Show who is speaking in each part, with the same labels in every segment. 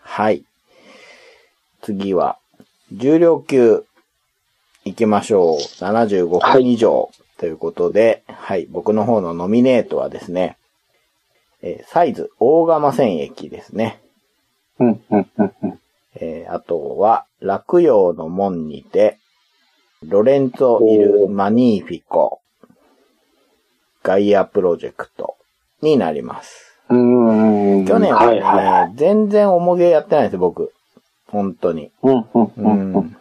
Speaker 1: はい。次は、重量級、行きましょう。75分以上、ということで、はい、僕の方のノミネートはですね、えーサイズ、大釜戦役ですね。
Speaker 2: うん、うん、うん、うん。
Speaker 1: えーあとは、落葉の門にて、ロレンツォ・イル・マニーフィコ、ガイアプロジェクトになります。
Speaker 2: うーん。
Speaker 1: 去年は
Speaker 2: は
Speaker 1: ね、
Speaker 2: いはいはい。
Speaker 1: 全然重げやってないです、僕。本当に。
Speaker 2: うん、うん、
Speaker 1: う
Speaker 2: うんうん。
Speaker 1: ん。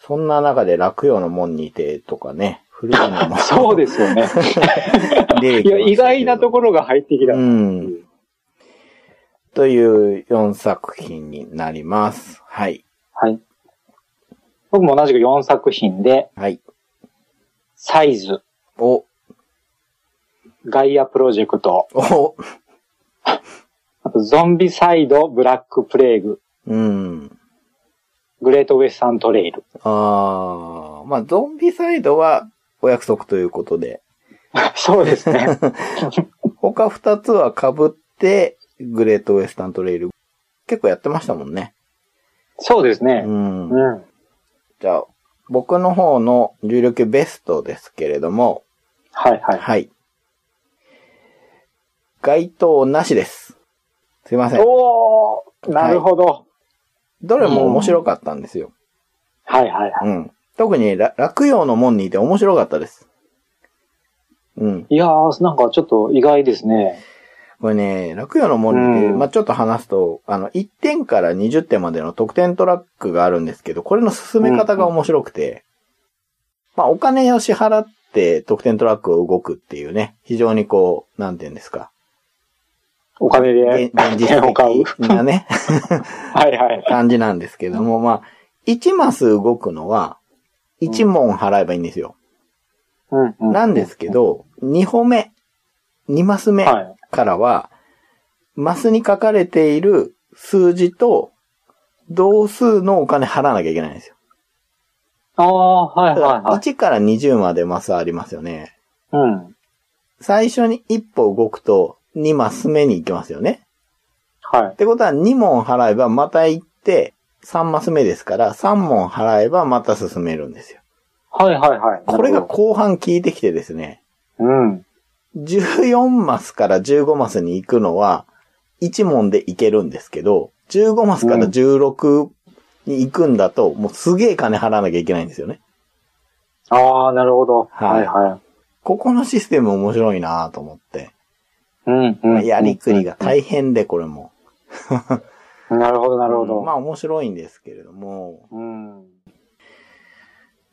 Speaker 1: そんな中で落葉の門にてとかね、古いのも
Speaker 2: そうです よね。
Speaker 1: 出て
Speaker 2: いや、意外なと
Speaker 1: こ
Speaker 2: ころが入ってきた。
Speaker 1: うん。という4作品になります。はい。
Speaker 2: はい。僕も同じく4作品で、
Speaker 1: はい。
Speaker 2: サイズ、
Speaker 1: お、
Speaker 2: ガイアプロジェクト、
Speaker 1: お、
Speaker 2: あとゾンビサイド、ブラックプレイグ、
Speaker 1: うん。
Speaker 2: グレートウェスタントレイル。
Speaker 1: あー、まあ、ゾンビサイドはお約束ということで、
Speaker 2: そうです ね。
Speaker 1: 他2つは被って、グレートウエスタントレイル。結構やってましたもんね。
Speaker 2: そうですね
Speaker 1: う。ん。
Speaker 2: うん。
Speaker 1: じゃあ、僕の方の重力ベストですけれども、
Speaker 2: はいはい。
Speaker 1: はい。該当なしです。すいません。
Speaker 2: おー、なるほど。
Speaker 1: どれも面白かったんですよ。
Speaker 2: はいはいは
Speaker 1: うん。特にら、落葉の門にいて面白かったです。うん。
Speaker 2: い。いやー、なんかちょっと意外ですね。
Speaker 1: これね、落葉の門にいて、
Speaker 2: うん
Speaker 1: まあ、ちょっと話すと、あの、1点から20点までの得点トラックがあるんですけど、これの進め方が面白くて、まあ、お金を支払って得点トラックを動くっていうね、非常にこう、なんて言うんですか。
Speaker 2: お金で
Speaker 1: 現現実
Speaker 2: 点を買う。
Speaker 1: 的なね、
Speaker 2: はいはい。
Speaker 1: 感じなんですけども、まあ、1マス動くのは、1問払えばいいんですよ。
Speaker 2: うんう
Speaker 1: なんですけど、2歩目、2マス目
Speaker 2: は
Speaker 1: からは、マスに書かれている数字と、同数のお金払わなきゃいけないんですよ。
Speaker 2: ああ、はい
Speaker 1: だから
Speaker 2: はいはい。
Speaker 1: 1から20までマスありますよね。
Speaker 2: うん。
Speaker 1: 最初に1歩動くと、2マス目に行きますよね。
Speaker 2: は
Speaker 1: ってことは2問払えばまた行って、3マス目ですから、3問払えばまた進めるんですよ。
Speaker 2: い。はいはいはい。
Speaker 1: これ
Speaker 2: な
Speaker 1: が
Speaker 2: るほ
Speaker 1: 後半効いてきてですね、
Speaker 2: どうん。
Speaker 1: 14マスから15マスに行くのは、1問で行けるんですけど、15マスから16に行くんだと、もうすげえ金払わなきゃいけないんですよね。
Speaker 2: ああ、なるほど。
Speaker 1: は
Speaker 2: はいいは
Speaker 1: ここのシステム面白いなと思って。
Speaker 2: い。うん、う
Speaker 1: まあ
Speaker 2: ん。
Speaker 1: やりくりが大変で、これも。
Speaker 2: うん。なるほど、なるほ
Speaker 1: うん
Speaker 2: ど。
Speaker 1: まあ面白いんですけれども。
Speaker 2: うん。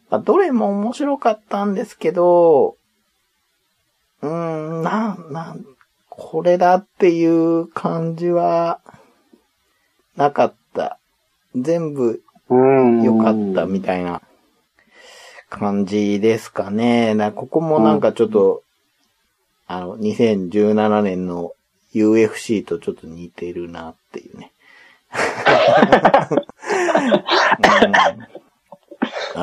Speaker 1: まあ、どれも面白かったんですけど、うーん、なん、なん、これだっていう感じは、なかった。全部
Speaker 2: うん。
Speaker 1: 良かったみたいな感じですかね。な、ここもなんかちょっと、あの、2017年の UFC とちょっと似てるなっていう ね。うん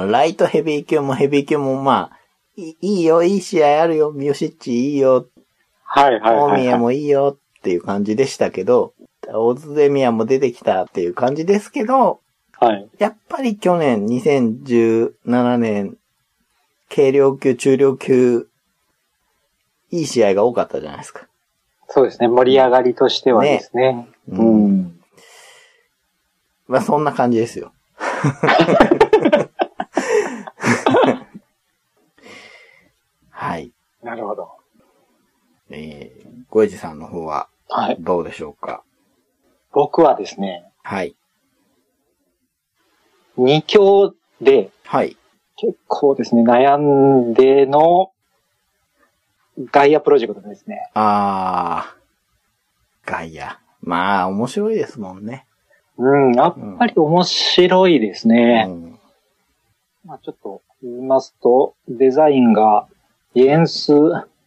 Speaker 1: ライトヘビー級もヘビー級もまあ、いいいよ、いい試合あるよ、ミヨシッチいいよ、
Speaker 2: はいはい
Speaker 1: 大
Speaker 2: はい
Speaker 1: 宮
Speaker 2: はい。
Speaker 1: もいいよっていう感じでしたけど、大津ゼミヤも出てきたっていう感じですけど、
Speaker 2: はい。
Speaker 1: やっぱり去年2017年、軽量級、中量級、いい試合が多かったじゃないですか。
Speaker 2: そうですね。盛り上がりとしてはですね。う
Speaker 1: うん
Speaker 2: ん。
Speaker 1: まあそんな感じですよ。はい。
Speaker 2: なるほど。
Speaker 1: えー、ごえじさんの方は
Speaker 2: はい。
Speaker 1: どうでしょうか
Speaker 2: 僕はですね、
Speaker 1: はい。
Speaker 2: 二強で
Speaker 1: はい。
Speaker 2: 結構ですね、悩んでのガイアプロジェクトですね。
Speaker 1: あー、ガイア。まあ、面白いですもんね。
Speaker 2: うん、やっぱり面白いです
Speaker 1: う
Speaker 2: ね。
Speaker 1: ん。
Speaker 2: まあちょっと言いますと、デザインが、イエンス・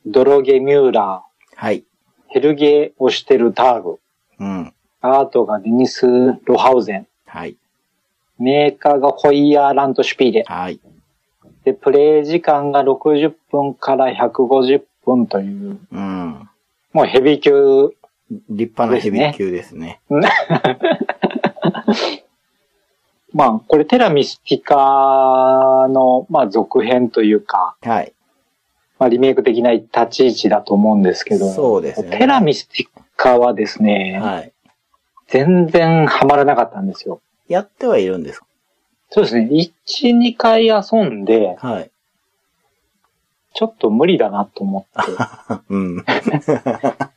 Speaker 2: ドロゲ・ミューラ
Speaker 1: はい。
Speaker 2: ー、ヘルゲ・オシュテル・ターグ、
Speaker 1: うん。
Speaker 2: アートがデニス・ロハウゼン、
Speaker 1: はい。
Speaker 2: メーカーがホイヤー・ラント・シュピーレ、
Speaker 1: はい。
Speaker 2: で、プレイ時間が60分から150分という、
Speaker 1: うん。
Speaker 2: もうヘビー級、
Speaker 1: 立派なヘビー級ですね。
Speaker 2: まあ、これテラミスティカの、まあ、続編というか、
Speaker 1: はい。
Speaker 2: まあ、リメイク的な立ち位置だと思うんですけど、
Speaker 1: そうですね
Speaker 2: テラミスティカはですね、
Speaker 1: はい。
Speaker 2: 全然ハマらなかったんですよ。
Speaker 1: やってはいるんです。
Speaker 2: そうですね、1、2回遊んで、
Speaker 1: はい。
Speaker 2: ちょっと無理だなと思って、
Speaker 1: うん。 は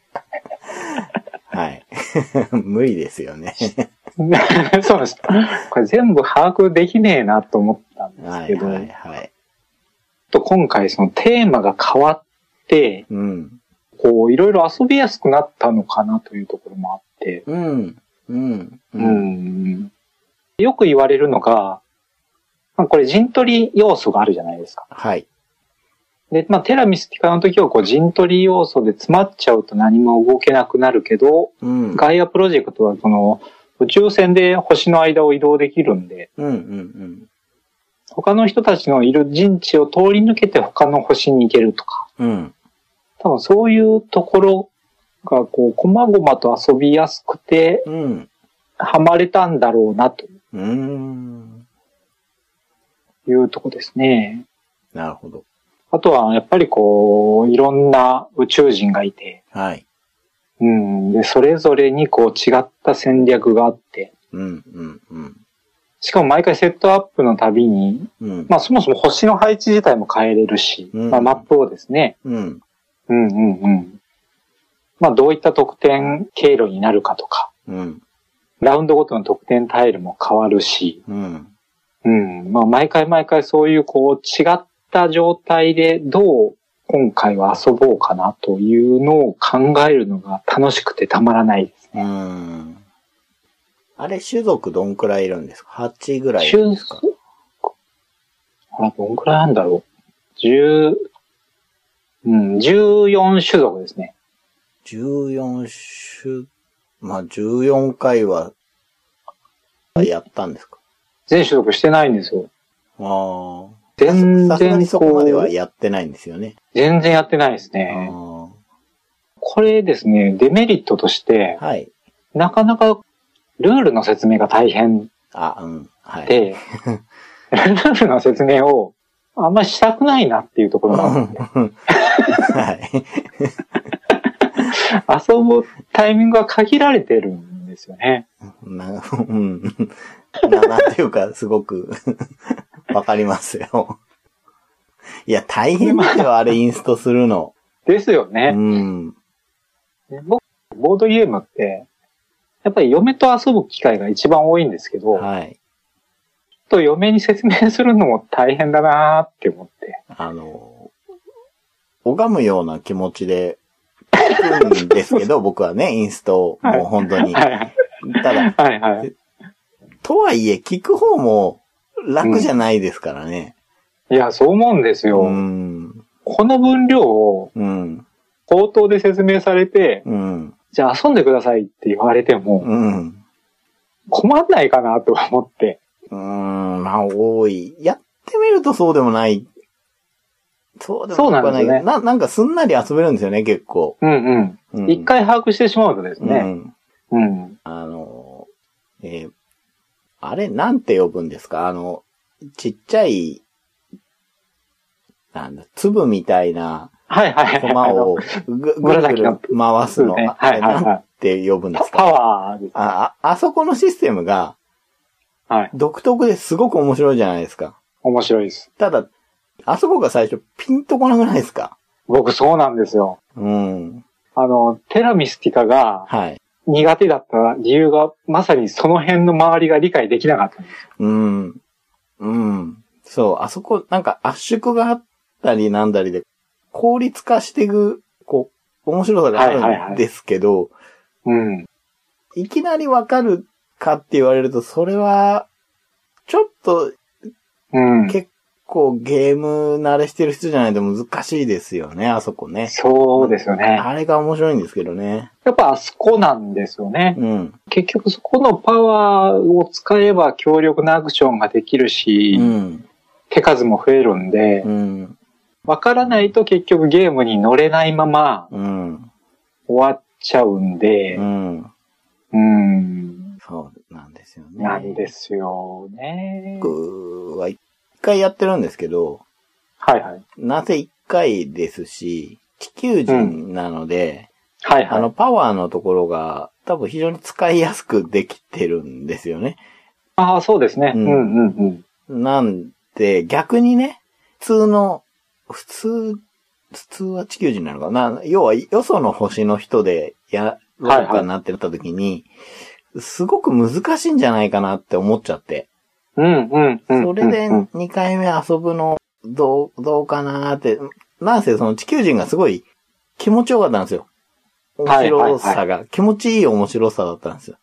Speaker 1: い。 無理ですよね。
Speaker 2: そうなんです。これ全部把握できねえなと思ったんです
Speaker 1: は
Speaker 2: け
Speaker 1: い
Speaker 2: ど、
Speaker 1: はいはい。
Speaker 2: ちょっと今回そのテーマが変わって、
Speaker 1: うん。
Speaker 2: こういろいろ遊びやすくなったのかなというところもあって、
Speaker 1: うん。うん。う。
Speaker 2: うんんよく言われるのが、まあ、これ陣取り要素があるじゃないですか。
Speaker 1: はい。
Speaker 2: で、まあテラミスティカの時はこう陣取り要素で詰まっちゃうと何も動けなくなるけど、
Speaker 1: うん。うん
Speaker 2: ガイアプロジェクトはその宇宙船で星の間を移動できるんで、
Speaker 1: うんうん。
Speaker 2: 他の人たちのいる陣地を通り抜けて他の星に行けるとか、
Speaker 1: うん。
Speaker 2: 多分そういうところが、こう、こまごまと遊びやすくて、
Speaker 1: うん。
Speaker 2: ハマれたんだろうな、と
Speaker 1: うん。
Speaker 2: いうとこですね。
Speaker 1: なるほど。
Speaker 2: あとは、やっぱりこう、いろんな宇宙人がいて、
Speaker 1: はい。
Speaker 2: うん、で、それぞれにこう、違った戦略があって、
Speaker 1: うんうんうん。
Speaker 2: しかも毎回セットアップのたびに、
Speaker 1: うん。
Speaker 2: まあそもそも星の配置自体も変えれるし、
Speaker 1: うん
Speaker 2: まあマップをですね、
Speaker 1: うん。
Speaker 2: うんうんうん。まあ、どういった得点経路になるかとか、
Speaker 1: うん。
Speaker 2: ラウンドごとの得点タイルも変わるし、
Speaker 1: うん。
Speaker 2: うん。まあ、毎回毎回そういう、こう、違った状態でどう今回は遊ぼうかなというのを考えるのが楽しくてたまらないです
Speaker 1: う
Speaker 2: ね。
Speaker 1: ん。あれ、種族どんくらいいるんですか ?8 ぐらい。
Speaker 2: 中ですかあ、どんくらいなんだろう。十、うん、14種族ですね。
Speaker 1: 14種、まあ、14回は、やったんですか
Speaker 2: 全種族してないんですよ。
Speaker 1: ああ。
Speaker 2: 全
Speaker 1: さすがに
Speaker 2: 然
Speaker 1: そこまで
Speaker 2: こ
Speaker 1: は
Speaker 2: う、
Speaker 1: やってないんですよね。
Speaker 2: 全然やってないですね。
Speaker 1: あ
Speaker 2: これですね、デメリットとして
Speaker 1: ー、はい。
Speaker 2: なかなかルールの説明が大変
Speaker 1: あ、うん。はい。
Speaker 2: で、ルールの説明をあんまりしたくないなっていうとこ
Speaker 1: うん
Speaker 2: ろなんで
Speaker 1: はい。
Speaker 2: 遊ぶタイミングが限られてるんですよね。
Speaker 1: な、うん。な、なんていうか、すごく、 わかりますよ。いや、大変ですよ、あれインストするの。
Speaker 2: ですよ
Speaker 1: う
Speaker 2: ね。
Speaker 1: ん。
Speaker 2: で僕、ボードゲームって、やっぱり嫁と遊ぶ機会が一番多いんですけど、ちょっ
Speaker 1: はい。
Speaker 2: と嫁に説明するのも大変だなーって思って。
Speaker 1: あの、拝むような気持ちで、行くんですけ ど、僕はね、インストを、もう本当に。
Speaker 2: は
Speaker 1: た
Speaker 2: いはい
Speaker 1: だ、
Speaker 2: はいはい。
Speaker 1: とはいえ、聞く方も楽じゃないですからね。
Speaker 2: いや、そう思うんですよ。
Speaker 1: うん。
Speaker 2: この分量を
Speaker 1: うん。
Speaker 2: 口頭で説明されて、
Speaker 1: うん。
Speaker 2: じゃあ遊んでくださいって言われても、
Speaker 1: うん。
Speaker 2: 困んないかなと思って。
Speaker 1: うーん、まあ多い。やってみるとそうでもない。そうでもなくはない
Speaker 2: そうなんですよね
Speaker 1: ななんかすんなり遊べるんですよね、結構。
Speaker 2: うん
Speaker 1: 一、う
Speaker 2: うんん。一、回把握してしまうとです
Speaker 1: う
Speaker 2: ね。
Speaker 1: ん。
Speaker 2: うん。
Speaker 1: あの、えーあれ、なんて呼ぶんですかあの、ちっちゃい、なんだ、粒みたいな
Speaker 2: はいはいはい。
Speaker 1: 駒
Speaker 2: あの
Speaker 1: をぐぐるぐる
Speaker 2: 紫の
Speaker 1: 回す
Speaker 2: そうで
Speaker 1: の。
Speaker 2: すね。
Speaker 1: あ
Speaker 2: はい
Speaker 1: れ
Speaker 2: はい
Speaker 1: な
Speaker 2: は
Speaker 1: ん
Speaker 2: い。
Speaker 1: て呼ぶんです
Speaker 2: パ
Speaker 1: か
Speaker 2: ワーです。
Speaker 1: あ、ああそこのシステムが
Speaker 2: はい。
Speaker 1: 独特ですごく面白いじゃないですか。
Speaker 2: 面白いです。
Speaker 1: ただ、あそこが最初ピンとこなくないですか
Speaker 2: 僕そうなんですよ。
Speaker 1: うん。
Speaker 2: あの、テラミスティカが
Speaker 1: はい。
Speaker 2: 苦手だった理由が、まさにその辺の周りが理解できなかったんです。
Speaker 1: うん。うん。そう、あそこ、なんか圧縮があったりなんだりで、効率化していく、こう、面白さが
Speaker 2: はいはい
Speaker 1: ある
Speaker 2: は
Speaker 1: ん
Speaker 2: い
Speaker 1: ですけど、い
Speaker 2: うん。
Speaker 1: きなりわかるかって言われると、それは、ちょっと、
Speaker 2: うん。
Speaker 1: 結こう、ゲーム慣れしてる人じゃないと難しいですよね、あそこね。
Speaker 2: そうですよね。
Speaker 1: あれが面白いんですけどね。
Speaker 2: やっぱあそこなんですよね。
Speaker 1: うん。
Speaker 2: 結局そこのパワーを使えば強力なアクションができるし、
Speaker 1: うん。
Speaker 2: 手数も増えるんで
Speaker 1: う、ん。
Speaker 2: わからないと結局ゲームに乗れないまま
Speaker 1: うん。
Speaker 2: 終わっちゃうんで
Speaker 1: う、ん。
Speaker 2: うん。
Speaker 1: そうなんです。ですよね。
Speaker 2: なんですよね。
Speaker 1: 僕は一回やってるんですけど、
Speaker 2: はいはい。
Speaker 1: なぜ一回ですし、地球人なので、
Speaker 2: はいは
Speaker 1: あ
Speaker 2: い。
Speaker 1: の、パワーのところが多分非常に使いやすくできてるんですよね。
Speaker 2: ああ、そうですね。
Speaker 1: う
Speaker 2: うんんうんうん。
Speaker 1: なんで、逆にね、普通の、普通、普通は地球人なのかな要は、よその星の人でやろうかなってなった時に、すごく難しいんじゃないかなって思っちゃって。
Speaker 2: うんうんうん。
Speaker 1: それで
Speaker 2: うんうん
Speaker 1: 2回目遊ぶの、どう、どうかなーって。なんせその地球人がすごい気持ちよかったんですよ。面白さが。
Speaker 2: はい
Speaker 1: 気持ちいい面白さだったんですよ。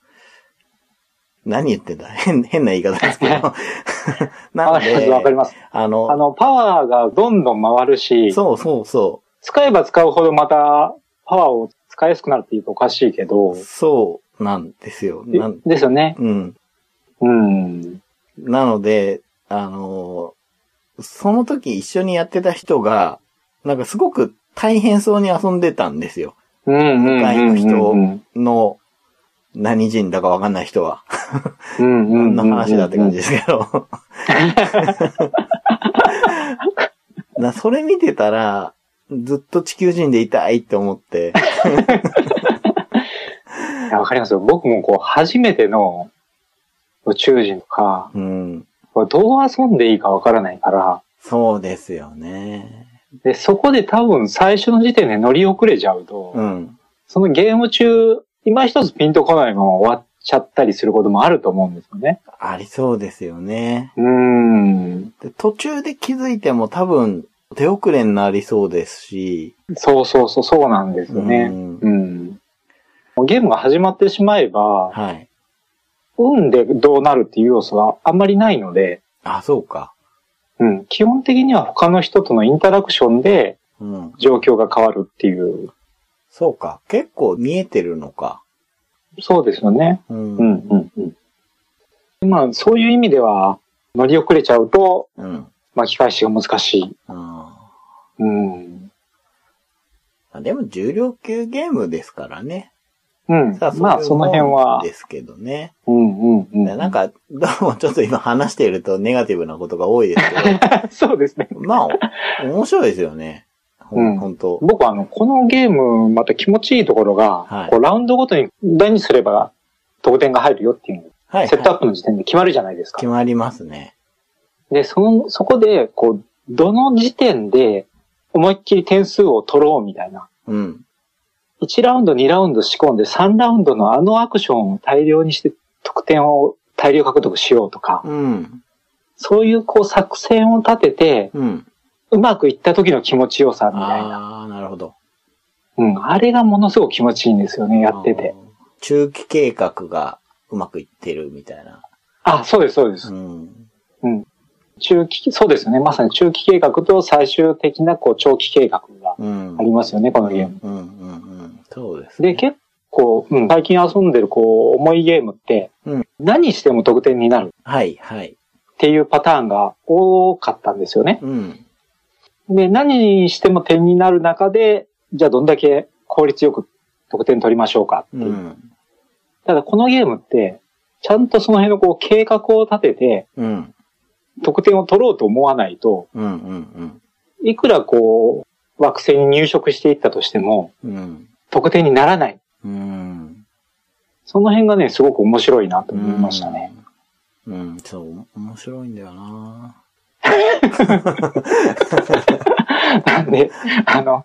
Speaker 1: 何言ってんだ 変、変な言い方ですけど。 なの
Speaker 2: わかり ます、わかり
Speaker 1: で、
Speaker 2: ます。
Speaker 1: あの、
Speaker 2: あの、パワーがどんどん回るし、
Speaker 1: そうそうそ
Speaker 2: 使えば使うほどまたパワーを使いやすくなるって言うとおかしいけど
Speaker 1: う。、そうなんですよ。
Speaker 2: で
Speaker 1: なん
Speaker 2: ですよね。
Speaker 1: うん。
Speaker 2: うん。
Speaker 1: なので、あのーその時一緒にやってた人が、なんかすごく大変そうに遊んでたんですよ。
Speaker 2: うんうんうん。
Speaker 1: 外の人
Speaker 2: うんうん
Speaker 1: の、何人だかわかんない人は。
Speaker 2: うんう
Speaker 1: こん
Speaker 2: ん。
Speaker 1: な話だって感じですけど。 なそれ見てたら、ずっと地球人でいたいって思って。
Speaker 2: いやわかりますよ。僕もこう、初めての宇宙人とか、
Speaker 1: うん。
Speaker 2: これどう遊んでいいかわからないから、
Speaker 1: そうですよね。
Speaker 2: で、そこで多分最初の時点で乗り遅れちゃうと、
Speaker 1: うん。
Speaker 2: そのゲーム中、今一つピンとこないまま終わっちゃったりすることもあると思うんですよね。
Speaker 1: ありそうですよね。
Speaker 2: うーん。
Speaker 1: で途中で気づいても多分手遅れになりそうですし。
Speaker 2: そうそうそう、そうなんですよね。
Speaker 1: ん
Speaker 2: うん。もうゲームが始まってしまえば、
Speaker 1: はい。
Speaker 2: 運でどうなるっていう要素はあんまりないので、
Speaker 1: あ、そうか。
Speaker 2: うん。基本的には他の人とのインタラクションで
Speaker 1: うん。
Speaker 2: 状況が変わるっていう。
Speaker 1: そうか。結構見えてるのか。
Speaker 2: そうですよね。
Speaker 1: うん。
Speaker 2: うんうんうん。まあ、そういう意味では、乗り遅れちゃうと、
Speaker 1: うん。
Speaker 2: 巻き返しが難しい。
Speaker 1: あー
Speaker 2: うん。
Speaker 1: あでも重量級ゲームですからね。
Speaker 2: うん。
Speaker 1: さあ
Speaker 2: まあ、その辺は
Speaker 1: で。すけどね。
Speaker 2: うんうんうん。
Speaker 1: なんか、どうもちょっと今話しているとネガティブなことが多いです
Speaker 2: そうですね
Speaker 1: け。ど、まあ、面白いですよね。ほ
Speaker 2: うんん
Speaker 1: 本当、
Speaker 2: 僕はあの、このゲーム、また気持ちいいところが、
Speaker 1: はい
Speaker 2: こうラウンドごとに何すれば得点が入るよっていうのが、
Speaker 1: はい、
Speaker 2: セットア
Speaker 1: は
Speaker 2: ップの時点で決まるじゃないです
Speaker 1: い。
Speaker 2: か。
Speaker 1: 決まりますね。
Speaker 2: で、その、そこで、こう、どの時点で思いっきり点数を取ろうみたいな。
Speaker 1: うん。
Speaker 2: 1ラウンド、2ラウンド仕込んで、3ラウンドのあのアクションを大量にして得点を大量獲得しようとか、
Speaker 1: うん。
Speaker 2: そういうこう作戦を立てて、
Speaker 1: うん。
Speaker 2: うまくいった時の気持ちよさみたいな。
Speaker 1: ああ、なるほど。
Speaker 2: うん。あれがものすごく気持ちいいんですよね、やってて。
Speaker 1: あー。中期計画がうまくいってるみたいな。
Speaker 2: あ、そうです、そうで
Speaker 1: う
Speaker 2: す。
Speaker 1: ん。
Speaker 2: 中期、そうですね。まさに中期計画と最終的なこう長期計画が
Speaker 1: うん。
Speaker 2: ありますよね、この
Speaker 1: うん、う
Speaker 2: ゲーム。
Speaker 1: ん、うんうん。そうです、
Speaker 2: で、結構、うん、最近遊んでるこう、重いゲームって、
Speaker 1: うん
Speaker 2: 何しても得点になる
Speaker 1: はい、はい。
Speaker 2: っていうパターンが多かったんですよね。
Speaker 1: うん。
Speaker 2: で、何にしても点になる中で、じゃあどんだけ効率よく得点取りましょうかっていうう。
Speaker 1: ん。
Speaker 2: ただこのゲームって、ちゃんとその辺のこう計画を立てて、
Speaker 1: うん。
Speaker 2: 得点を取ろうと思わないと、
Speaker 1: うん、うん、
Speaker 2: いくらこう、惑星に入植していったとしても、
Speaker 1: うん。うん。
Speaker 2: 得点にならない。
Speaker 1: うん。
Speaker 2: その辺がね、すごく面白いなと思いましたね。
Speaker 1: うん。うん、そう、面白いんだよな
Speaker 2: なんで、あの、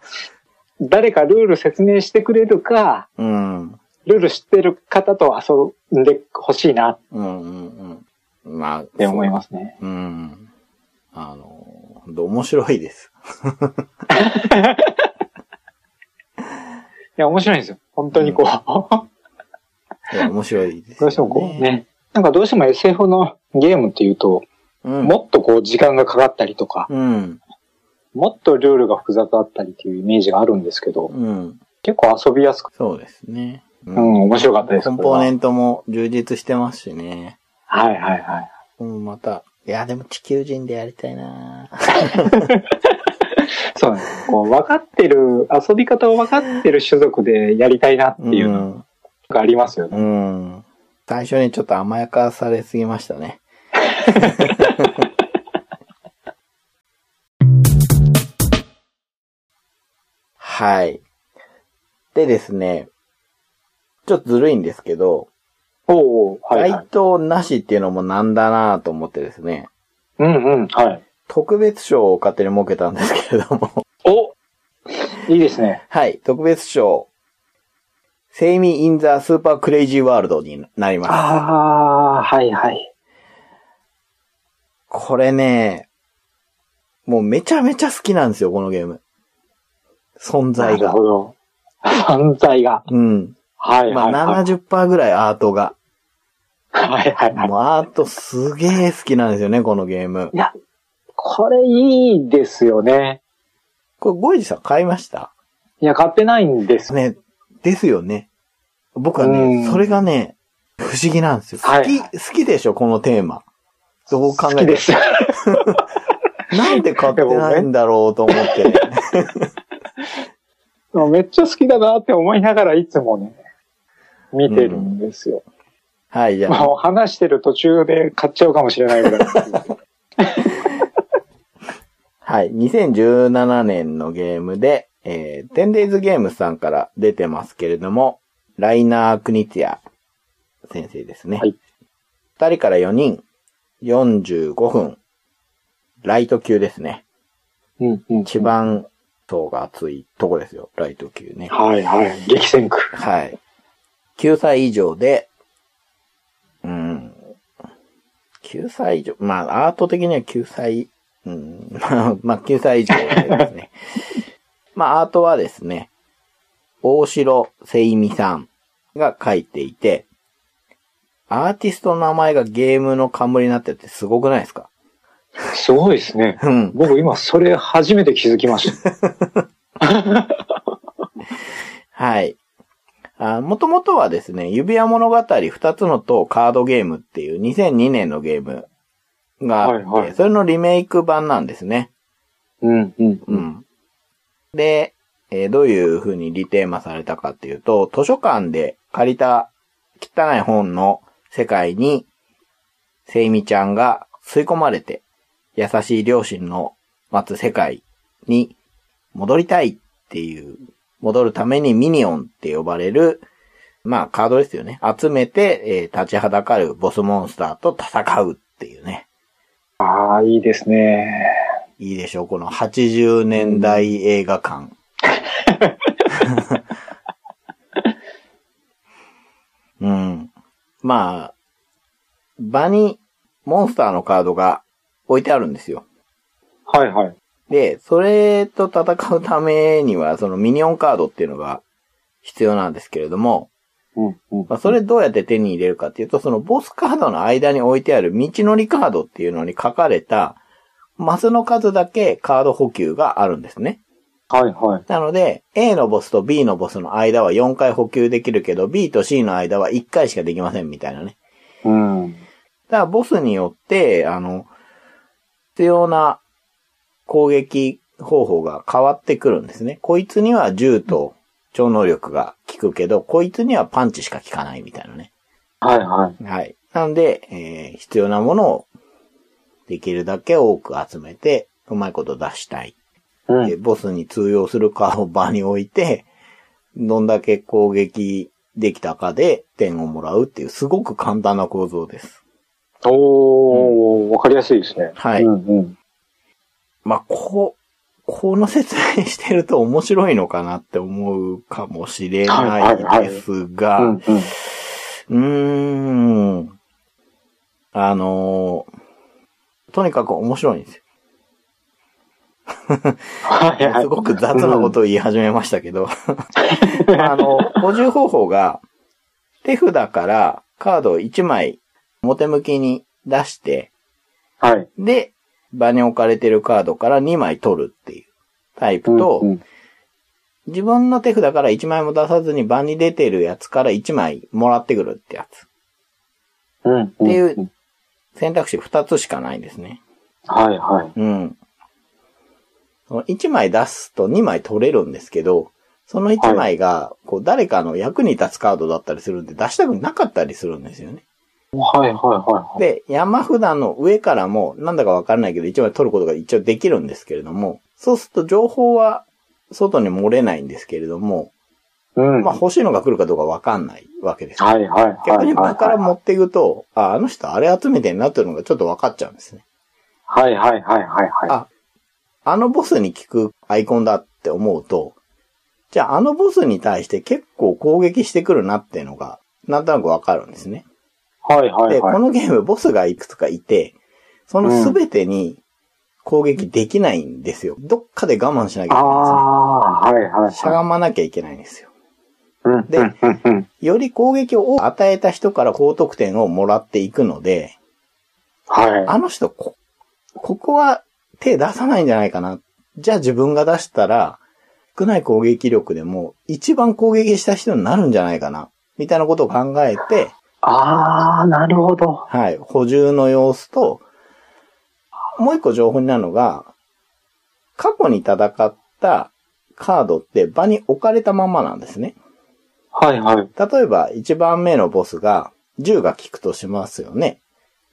Speaker 2: 誰かルール説明してくれるか、
Speaker 1: うん。
Speaker 2: ルール知ってる方と遊んでほしいなっ
Speaker 1: うんうんうん。まあ、
Speaker 2: て思いますね。
Speaker 1: す。うん。あの、ほんと面白いです。
Speaker 2: いや、面白いんですよ。本当にこう、
Speaker 1: いや、面白いです、
Speaker 2: どうしてもこう。ね、なんかどうしても SF のゲームっていうと、
Speaker 1: うん。
Speaker 2: もっとこう時間がかかったりとか、
Speaker 1: うん。
Speaker 2: もっとルールが複雑だったりっていうイメージがあるんですけど、
Speaker 1: うん。
Speaker 2: 結構遊びやすく、
Speaker 1: そうですね。う
Speaker 2: うん、面白かったです。
Speaker 1: コンポーネ
Speaker 2: ン
Speaker 1: ントも充実してますしね。
Speaker 2: はいはいはい。
Speaker 1: うん、また。いや、でも地球人でやりたいな
Speaker 2: そうなんです。こう、分かってる、遊び方を分かってる種族でやりたいなっていうの
Speaker 1: ん。
Speaker 2: がありますよね。
Speaker 1: うん。最初にちょっと甘やかされすぎましたね。はい。でですね、ちょっとずるいんですけど、
Speaker 2: おうおうはい、はい
Speaker 1: 該。当なしっていうのもなんだなぁと思ってですね、
Speaker 2: うんうん、はい。
Speaker 1: 特別賞を勝手に設けたんですけれども、
Speaker 2: おいいですね。
Speaker 1: はい、特別賞、セイミ・イン・ザ・スーパー・クレイジー・ワールドになります。
Speaker 2: ああ、はいはい。
Speaker 1: これね、もうめちゃめちゃ好きなんですよ、このゲーム。存
Speaker 2: な
Speaker 1: 在
Speaker 2: る
Speaker 1: が
Speaker 2: ほ。ど。犯罪が。
Speaker 1: うん。
Speaker 2: はい
Speaker 1: ま
Speaker 2: はい、は
Speaker 1: あ
Speaker 2: い。
Speaker 1: 70%ぐらいアートが。
Speaker 2: はいはいはい。
Speaker 1: もうアートすげえ好きなんですよね、このゲーム
Speaker 2: い。や、これいいですよね。
Speaker 1: これ、ゴイジさん買いました
Speaker 2: いや、買ってないんです。
Speaker 1: ね、ですよね。僕はね、
Speaker 2: うん
Speaker 1: それがね、不思議なんですよ。好き、
Speaker 2: は
Speaker 1: 好きでしょ、このテーマ。どう考え
Speaker 2: 好き
Speaker 1: て
Speaker 2: で
Speaker 1: も
Speaker 2: す。
Speaker 1: なんで買ってないんだろうと思って。
Speaker 2: めっちゃ好きだなって思いながらいつもね、見てるんですよ。
Speaker 1: はい、じゃ
Speaker 2: ま
Speaker 1: あ、
Speaker 2: あ、話してる途中で買っちゃうかもしれないぐ らいなんですけど。
Speaker 1: はい、2017年のゲームで、えー、10days ゲームさんから出てますけれども、ライナー・クニツヤ先生ですね。
Speaker 2: はい
Speaker 1: 2人から4人、45分、ライト級ですね。
Speaker 2: うんうん。
Speaker 1: 一番層が厚いとこですよ、ライト級ね。
Speaker 2: はいはい。激戦区。
Speaker 1: はい。9歳以上で、うん。9歳以上。まあ、アート的には9歳、うん。 まあ、まあ、9歳以上ですね。 まあ、アートはですね、大城聖美さんが書いていて、アーティストの名前がゲームの冠になっててすごくないですか
Speaker 2: すごいですね。
Speaker 1: うん。
Speaker 2: 僕今それ初めて気づきました。
Speaker 1: はい。あもともとはですね、指輪物語二つの塔カードゲームっていう2002年のゲームがあって、
Speaker 2: はいはい
Speaker 1: それのリメイク版なんですね。
Speaker 2: うんうん
Speaker 1: う。ん。で、えーどういう風にリテーマされたかっていうと、図書館で借りた汚い本の世界に、セイミちゃんが吸い込まれて、優しい両親の待つ世界に戻りたいっていう、戻るためにミニオンって呼ばれる、まあカードですよね。集めて、えー立ちはだかるボスモンスターと戦うっていうね。
Speaker 2: ああ、いいですね。
Speaker 1: いいでしょう、この80年代映画館。うん。まあ、場にモンスターのカードが置いてあるんですよ。
Speaker 2: はいはい。
Speaker 1: で、それと戦うためには、そのミニオンカードっていうのが必要なんですけれども、
Speaker 2: うんうん。
Speaker 1: まあ、それどうやって手に入れるかっていうと、そのボスカードの間に置いてある道のりカードっていうのに書かれた、マスの数だけカード補給があるんですね。
Speaker 2: はいはい。
Speaker 1: なので、A のボスと B のボスの間は4回補給できるけど、B と C の間は1回しかできませんみたいなね。
Speaker 2: うん。
Speaker 1: だからボスによって、あの、必要な攻撃方法が変わってくるんですね。こいつには銃と超能力が効くけど、こいつにはパンチしか効かないみたいなね。
Speaker 2: はいはい。
Speaker 1: はい。なんで、えー必要なものをできるだけ多く集めて、うまいこと出したい。
Speaker 2: う
Speaker 1: で
Speaker 2: ん。
Speaker 1: ボスに通用するカードを場に置いて、どんだけ攻撃できたかで点をもらうっていう、すごく簡単な構造です。
Speaker 2: おー、わかりやすいですね。
Speaker 1: はい
Speaker 2: うんうん。
Speaker 1: まあ、こう、この説明してると面白いのかなって思うかもしれないです
Speaker 2: う
Speaker 1: が、
Speaker 2: んうん。
Speaker 1: うーん。あのーとにかく面白いんですよ。
Speaker 2: はいはい。
Speaker 1: すごく雑なことを言い始めましたけど。 まあ、あの、補充方法が、手札からカードを1枚表向きに出して、
Speaker 2: はい。
Speaker 1: で、場に置かれてるカードから2枚取るっていうタイプと、
Speaker 2: うんうん
Speaker 1: 自分の手札から1枚も出さずに場に出てるやつから1枚もらってくるってやつ。
Speaker 2: うんって
Speaker 1: いう。選択肢2つしかないんですね。
Speaker 2: はいはい。
Speaker 1: うん。その1枚出すと2枚取れるんですけど、その1枚が、こう、誰かの役に立つカードだったりするんで、出したくなかったりするんですよね。
Speaker 2: はいはいはいはい。
Speaker 1: で、山札の上からも、なんだかわからないけど、1枚取ることが一応できるんですけれども、そうすると情報は外に漏れないんですけれども、
Speaker 2: うん。
Speaker 1: まあ欲しいのが来るかどうかわかんないわけです。
Speaker 2: はいはいはいはい。
Speaker 1: 逆に僕から持っていくと、あ、あの人あれ集めてんなっていうのがちょっとわかっちゃうんですね。
Speaker 2: はいはいはいはいはい。
Speaker 1: ああのボスに効くアイコンだって思うと、じゃああのボスに対して結構攻撃してくるなっていうのが、なんとなくわかるんですね。
Speaker 2: はいはい
Speaker 1: で、こ
Speaker 2: はい。
Speaker 1: のゲームボスがいくつかいて、そのすべてに攻撃できないんですよ。どっかで我慢しなきゃい
Speaker 2: あ
Speaker 1: けないんですね
Speaker 2: あー、はいはいはい。
Speaker 1: しゃがまなきゃいけないんですよ。
Speaker 2: うん
Speaker 1: で
Speaker 2: うんうんうん。
Speaker 1: より攻撃を与えた人から高得点をもらっていくので、
Speaker 2: は
Speaker 1: あの人こ、ここは手出さないんじゃないかな。じゃあ自分が出したら、少ない攻撃力でも一番攻撃した人になるんじゃないかな。みたいなことを考えて、
Speaker 2: い。ああ、なるほど。
Speaker 1: はい、補充の様子と、もう一個情報になるのが、過去に戦ったカードって場に置かれたままなんですね。
Speaker 2: はいはい。
Speaker 1: 例えば、1番目のボスが、銃が効くとしますよね。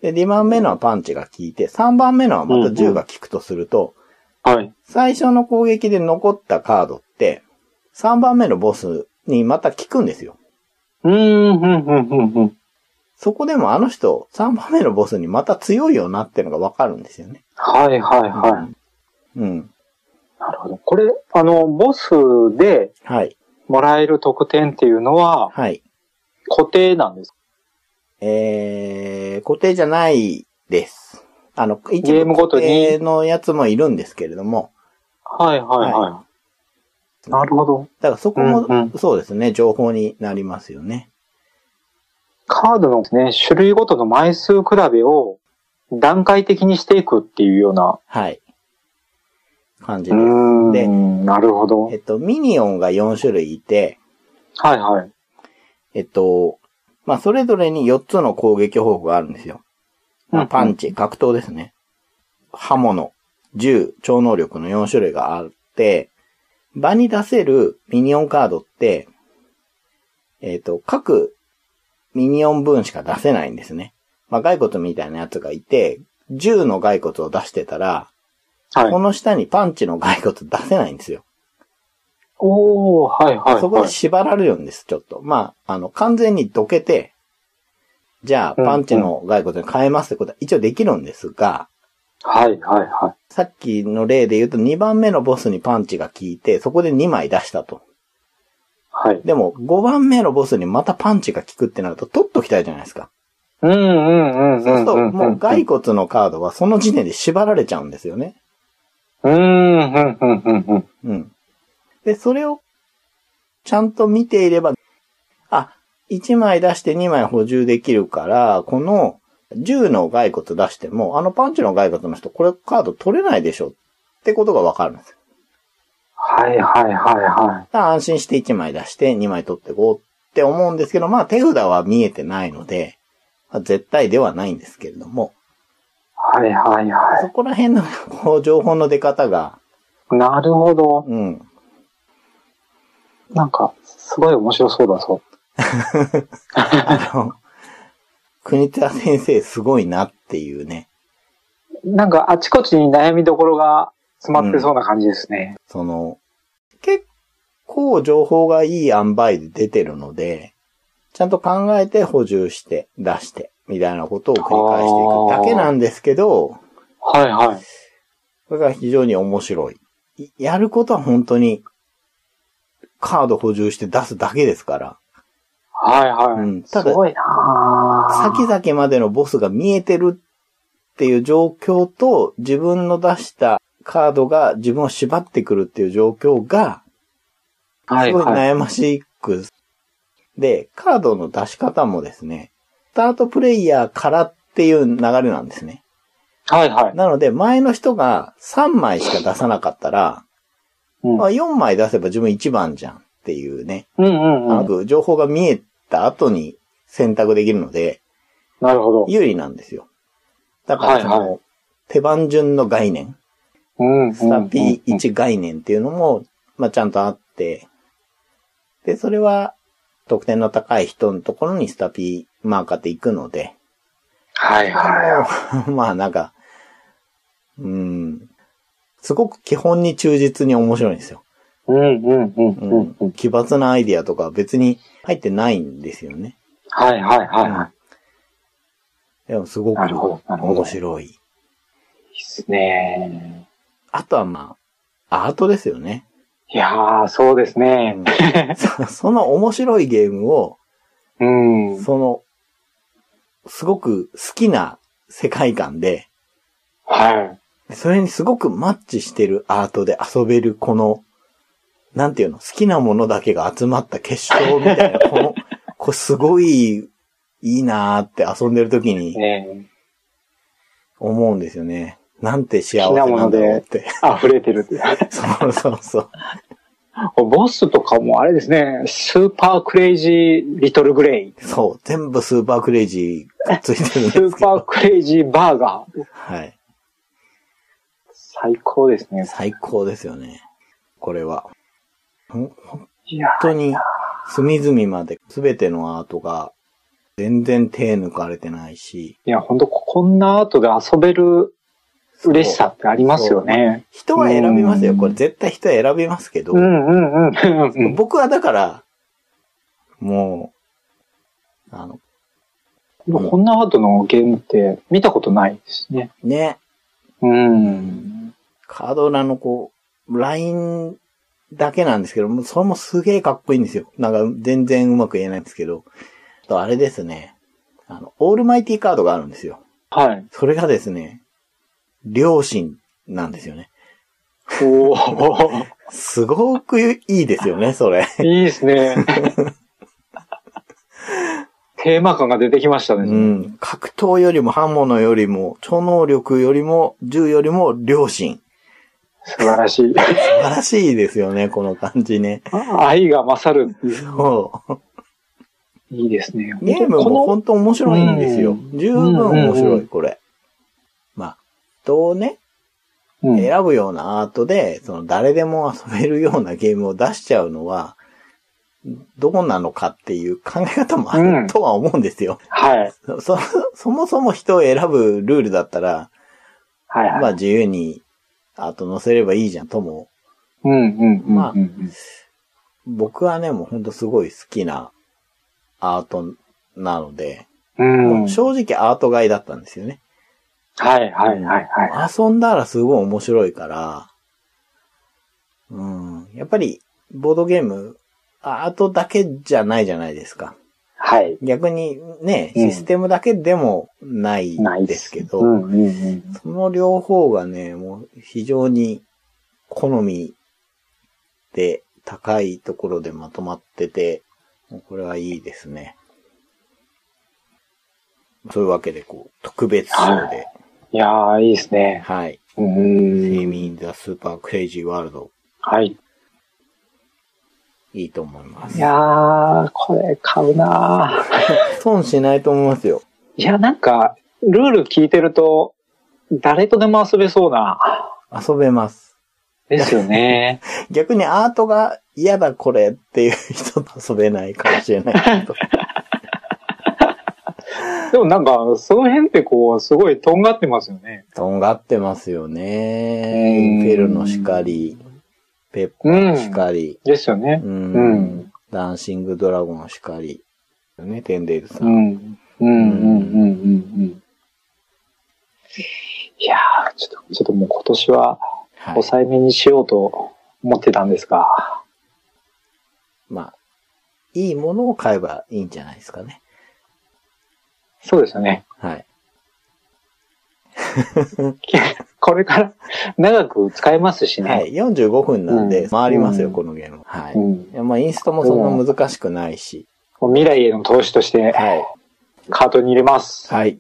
Speaker 1: で、2番目のはパンチが効いて、3番目のはまた銃が効くとすると、
Speaker 2: はい。
Speaker 1: 最初の攻撃で残ったカードって、3番目のボスにまた効くんですよ。
Speaker 2: うーん、うん、うん、うん、うん。
Speaker 1: そこでもあの人、3番目のボスにまた強いよなってのがわかるんですよね。
Speaker 2: はいはいはい。
Speaker 1: うん。
Speaker 2: なるほど。これ、あの、ボスで
Speaker 1: はい。
Speaker 2: もらえる得点っていうのは
Speaker 1: はい。
Speaker 2: 固定なんですか
Speaker 1: えー、固定じゃないです。あの、一
Speaker 2: ゲーム
Speaker 1: 部
Speaker 2: ごと
Speaker 1: 固
Speaker 2: に
Speaker 1: 定のやつもいるんですけれども、
Speaker 2: はいはいはい。
Speaker 1: は
Speaker 2: なるほど。
Speaker 1: だからそこも、
Speaker 2: うんう
Speaker 1: そうですね、情報になりますよね。
Speaker 2: カードのね、種類ごとの枚数比べを段階的にしていくっていうような。
Speaker 1: はい。感じ
Speaker 2: うー
Speaker 1: です。で
Speaker 2: ん、なるほど。
Speaker 1: えっと、ミニオンが4種類いて、
Speaker 2: はいはい。
Speaker 1: えっと、まあ、それぞれに4つの攻撃方法があるんですよ。まあ、パンチ、格闘ですね。刃物、銃、超能力の4種類があって、場に出せるミニオンカードって、えっ、と、各ミニオン分しか出せないんですね。まあ、骸骨みたいなやつがいて、銃の骸骨を出してたら、こ
Speaker 2: はい。
Speaker 1: の下にパンチの骸骨出せないんですよ。
Speaker 2: おー、はいはい、はい。
Speaker 1: そこで縛られるんです、ちょっと。まあ、あの、完全にどけて、じゃあ、
Speaker 2: うん
Speaker 1: パンチの骸骨に変えますってことは一応できるんですが、
Speaker 2: はいはいは
Speaker 1: さっきの例で言うと2番目のボスにパンチが効いて、そこで2枚出したと。
Speaker 2: い。はい。
Speaker 1: でも、5番目のボスにまたパンチが効くってなると、取っときたいじゃないですか。
Speaker 2: うんうんうんうんんん。
Speaker 1: そうすると、もう骸骨のカードはその時点で縛られちゃうんですよね。
Speaker 2: うんうんうんうんうん。
Speaker 1: うん。で、それを、ちゃんと見ていれば、あ、1枚出して2枚補充できるから、この10の骸骨出しても、あのパンチの骸骨の人、これカード取れないでしょってことがわかるんですよ。
Speaker 2: はいはいは
Speaker 1: だ
Speaker 2: いは
Speaker 1: から安心して1枚出して2枚取ってこうって思うんですけど、まあ手札は見えてないので、まあ絶対ではないんですけれども、
Speaker 2: い。はいはい
Speaker 1: そ
Speaker 2: は
Speaker 1: こら辺のこう情報の出方が、
Speaker 2: い。なるほど。
Speaker 1: うん、
Speaker 2: なんか、すごい面白そうだそ
Speaker 1: あの、国田先生すごいなっていうね。
Speaker 2: う。なんか、あちこちに悩みどころが詰まってそうな感じですね。
Speaker 1: その、結構情報がいい塩梅で出てるので、ちゃんと考えて補充して、出して、みたいなことを繰り返していくだけなんですけど、
Speaker 2: はいはい。
Speaker 1: これが非常に面白い。いやることは本当に、カード補充して出すだけですから、
Speaker 2: はいは
Speaker 1: う
Speaker 2: い。
Speaker 1: んた
Speaker 2: す
Speaker 1: だ
Speaker 2: ごいなぁ
Speaker 1: 先々までのボスが見えてるっていう状況と、自分の出したカードが自分を縛ってくるっていう状況が、
Speaker 2: は
Speaker 1: す
Speaker 2: い
Speaker 1: ごい
Speaker 2: はい。
Speaker 1: 悩ましく。で、カードの出し方もですね、スタートプレイヤーからっていう流れなんですね。
Speaker 2: はいはい。
Speaker 1: なので、前の人が3枚しか出さなかったら、
Speaker 2: うん
Speaker 1: まあ、4枚出せば自分1番じゃんっていうね、
Speaker 2: うんうん
Speaker 1: あ
Speaker 2: うん。
Speaker 1: の情報が見えた後に選択できるので、
Speaker 2: なるほど。
Speaker 1: 有利なんですよ。だから、その、
Speaker 2: はいは
Speaker 1: 手番順の概念、
Speaker 2: うんうんうんうん。
Speaker 1: スタ P1 概念っていうのも、まあ、ちゃんとあって、で、それは、得点の高い人のところにスタピーマーカーって行くので、
Speaker 2: はいは
Speaker 1: あの まあなんか、うん。すごく基本に忠実に面白いんですよ。
Speaker 2: い。うんうんうんうんうん。
Speaker 1: 奇抜なアイディアとか別に入ってないんですよね。
Speaker 2: はいはいはいは
Speaker 1: でもすごく
Speaker 2: なるほどなるほど
Speaker 1: 面白い。
Speaker 2: い。いいっすね。
Speaker 1: あとはまあ、アートですよね。
Speaker 2: いやー、そうですね。
Speaker 1: そ その面白いゲームを、
Speaker 2: うん。
Speaker 1: その、すごく好きな世界観で、
Speaker 2: はい。
Speaker 1: それにすごくマッチしてるアートで遊べるこの、なんていうの、好きなものだけが集まった結晶みたいな、こ の、これすごいいいなーって遊んでる時に
Speaker 2: ね
Speaker 1: 思うんですよね。なんて幸せなんだろうって。
Speaker 2: 溢れてるって。
Speaker 1: そうそうそう。
Speaker 2: ボスとかもあれですね、スーパークレイジーリトルグレ イ。
Speaker 1: そう。全部スーパークレイジーがついてるんで
Speaker 2: ス
Speaker 1: す
Speaker 2: ー
Speaker 1: け
Speaker 2: パー
Speaker 1: ど。
Speaker 2: クレイジーバーガー。
Speaker 1: はい。
Speaker 2: 最高ですね。
Speaker 1: 最高ですよね。これは。ほん本
Speaker 2: いや
Speaker 1: 当に隅々まで全てのアートが全然手抜かれてないし。
Speaker 2: いや、本当こんなアートで遊べる嬉しさってありますよね。
Speaker 1: 人は選びますよ。
Speaker 2: うん
Speaker 1: これ絶対人は選びますけど
Speaker 2: う、んうんうんうん。
Speaker 1: 僕はだから、もう、あの、ん
Speaker 2: こんなアートのゲームって見たことないですね。
Speaker 1: ね、
Speaker 2: うん。
Speaker 1: カードラのこう、ラインだけなんですけど、もうそれもすげえかっこいいんですよ。なんか全然うまく言えないんですけど、あとあれですね、あの、オールマイティカードがあるんですよ。
Speaker 2: はい。
Speaker 1: それがですね、両親なんですよね。
Speaker 2: おー
Speaker 1: すごくいいですよね、それ。
Speaker 2: いいです ね。テーマ感が出てきました
Speaker 1: う
Speaker 2: ね。
Speaker 1: ん。格闘よりも刃物よりも、超能力よりも、銃よりも両親。
Speaker 2: 素晴らしい。
Speaker 1: 素晴らしいですよね、この感じね。
Speaker 2: 愛が勝るっていう。
Speaker 1: そう
Speaker 2: いいですね。
Speaker 1: ゲームも
Speaker 2: こ
Speaker 1: 本当面白いんですよ。十分面
Speaker 2: うん
Speaker 1: 白
Speaker 2: う
Speaker 1: い、これ。まあ、人をね、
Speaker 2: のうん
Speaker 1: 選ぶようなアートで、その誰でも遊べるようなゲームを出しちゃうのは、どうなのかっていう考え方もあるとは思うんですよ。
Speaker 2: はい。
Speaker 1: そそそもそも人を選ぶルールだったら、
Speaker 2: はいはい。
Speaker 1: まあ自由にアート載せればいいじゃんとも
Speaker 2: うんうんうん、
Speaker 1: まあ
Speaker 2: うん。
Speaker 1: 僕はね、もうほんとすごい好きなアートなので、
Speaker 2: うん。
Speaker 1: もう正直アート買いだったんですよね。
Speaker 2: はいはいはいは
Speaker 1: 遊んだらすごい面白いから、うん、やっぱりボードゲーム、アートだけじゃないじゃないですか。
Speaker 2: い。はい。
Speaker 1: 逆にね、
Speaker 2: うん
Speaker 1: システムだけでもない
Speaker 2: ない
Speaker 1: ですけど、
Speaker 2: うんうんうん。
Speaker 1: その両方がね、もう非常に好みで高いところでまとまってて、もうこれはいいですね。そういうわけで、こう、特別賞で、
Speaker 2: いやー、いいですね。
Speaker 1: はい。
Speaker 2: う
Speaker 1: セ
Speaker 2: ん。
Speaker 1: ミン・ザ・スーパー・クレイジー・ワールド、
Speaker 2: はい。い
Speaker 1: いいと思います。
Speaker 2: やー、これ買うなー。
Speaker 1: 損しないと思いますよ。
Speaker 2: いや、なんか、ルール聞いてると、誰とでも遊べそうな、
Speaker 1: 遊べます。
Speaker 2: ですよね。
Speaker 1: 逆にアートが嫌だこれっていう人と遊べないかもしれないけど。
Speaker 2: でもなんか、その辺ってこう、すごいとんがってますよね。
Speaker 1: とんがってますよね。イン
Speaker 2: うん
Speaker 1: フェルノしかり、ペッパーしかり、
Speaker 2: ですよね
Speaker 1: う。ん
Speaker 2: うん
Speaker 1: ダンシングドラゴンしかり、ね、テンデイルさ。
Speaker 2: うんん。うんうんうんうんうん。いやー、ちょっと、ちょっともう今年は
Speaker 1: はい。
Speaker 2: 抑えめにしようと思ってたんですが。
Speaker 1: まあ、いいものを買えばいいんじゃないですかね。
Speaker 2: そうですよね。
Speaker 1: はい。
Speaker 2: これから 長く使えますしね。
Speaker 1: はい。45分なんで、
Speaker 2: うん
Speaker 1: 回りますよ、
Speaker 2: うん
Speaker 1: このゲーム。は
Speaker 2: う
Speaker 1: い。
Speaker 2: ん
Speaker 1: い、やまあ、インストもそんな難しくないし。
Speaker 2: もう未来への投資として
Speaker 1: はい。
Speaker 2: カートに入れます。
Speaker 1: はい。